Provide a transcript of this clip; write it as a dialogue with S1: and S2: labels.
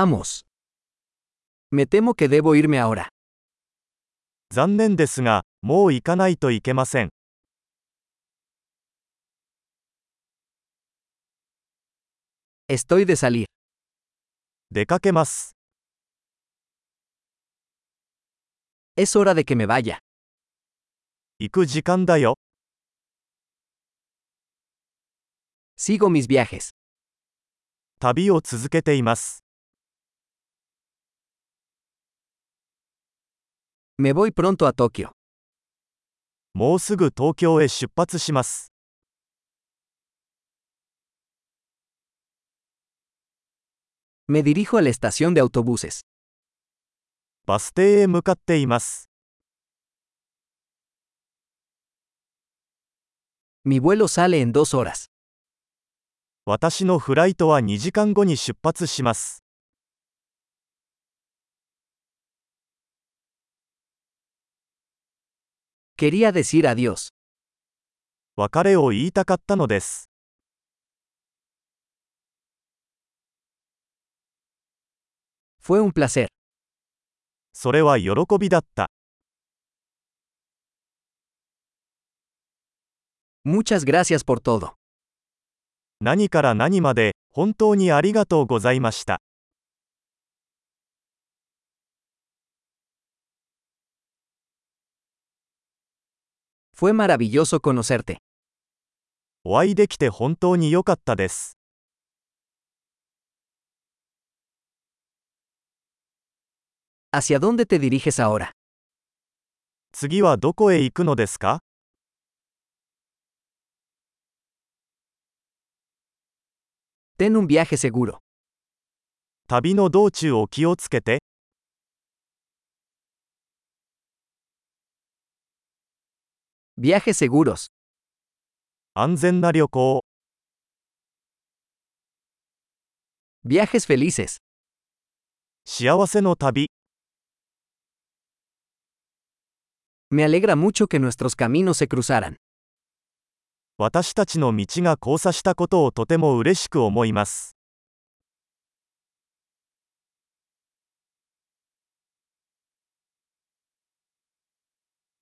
S1: Vamos. Me temo que debo irme ahora.
S2: 残念ですが、もう行かないといけません。
S1: Estoy de salir.
S2: 出かけます。
S1: Es hora de que me vaya.
S2: 行く時間だよ。
S1: Sigo mis viajes.
S2: 旅を続けています。
S1: Me voy pronto a Tokio.
S2: もうすぐ東京へ出発します。
S1: Me dirijo a la estación de autobuses.
S2: バス停へ向かっています。
S1: Mi vuelo sale en dos horas.
S2: 私のフライトは2時間後に出発します。
S1: Quería decir adiós.
S2: 別れを言いたかったのです。
S1: Fue un placer.
S2: それは喜びだった。
S1: Muchas gracias por todo.
S2: 何から何まで、本当にありがとうございました。
S1: Fue maravilloso conocerte.
S2: お会いできて本当に良かったです。
S1: ¿Hacia dónde te diriges ahora?
S2: 次はどこへ行くのですか
S1: Ten un viaje seguro.
S2: 旅の道中を気をつけて、
S1: Viajes seguros.
S2: 安全な旅行を、
S1: Viajes felices.
S2: 幸せの旅、
S1: Me alegra mucho que nuestros caminos se cruzaran.
S2: 私たちの道が交差したことをとても嬉しく思います。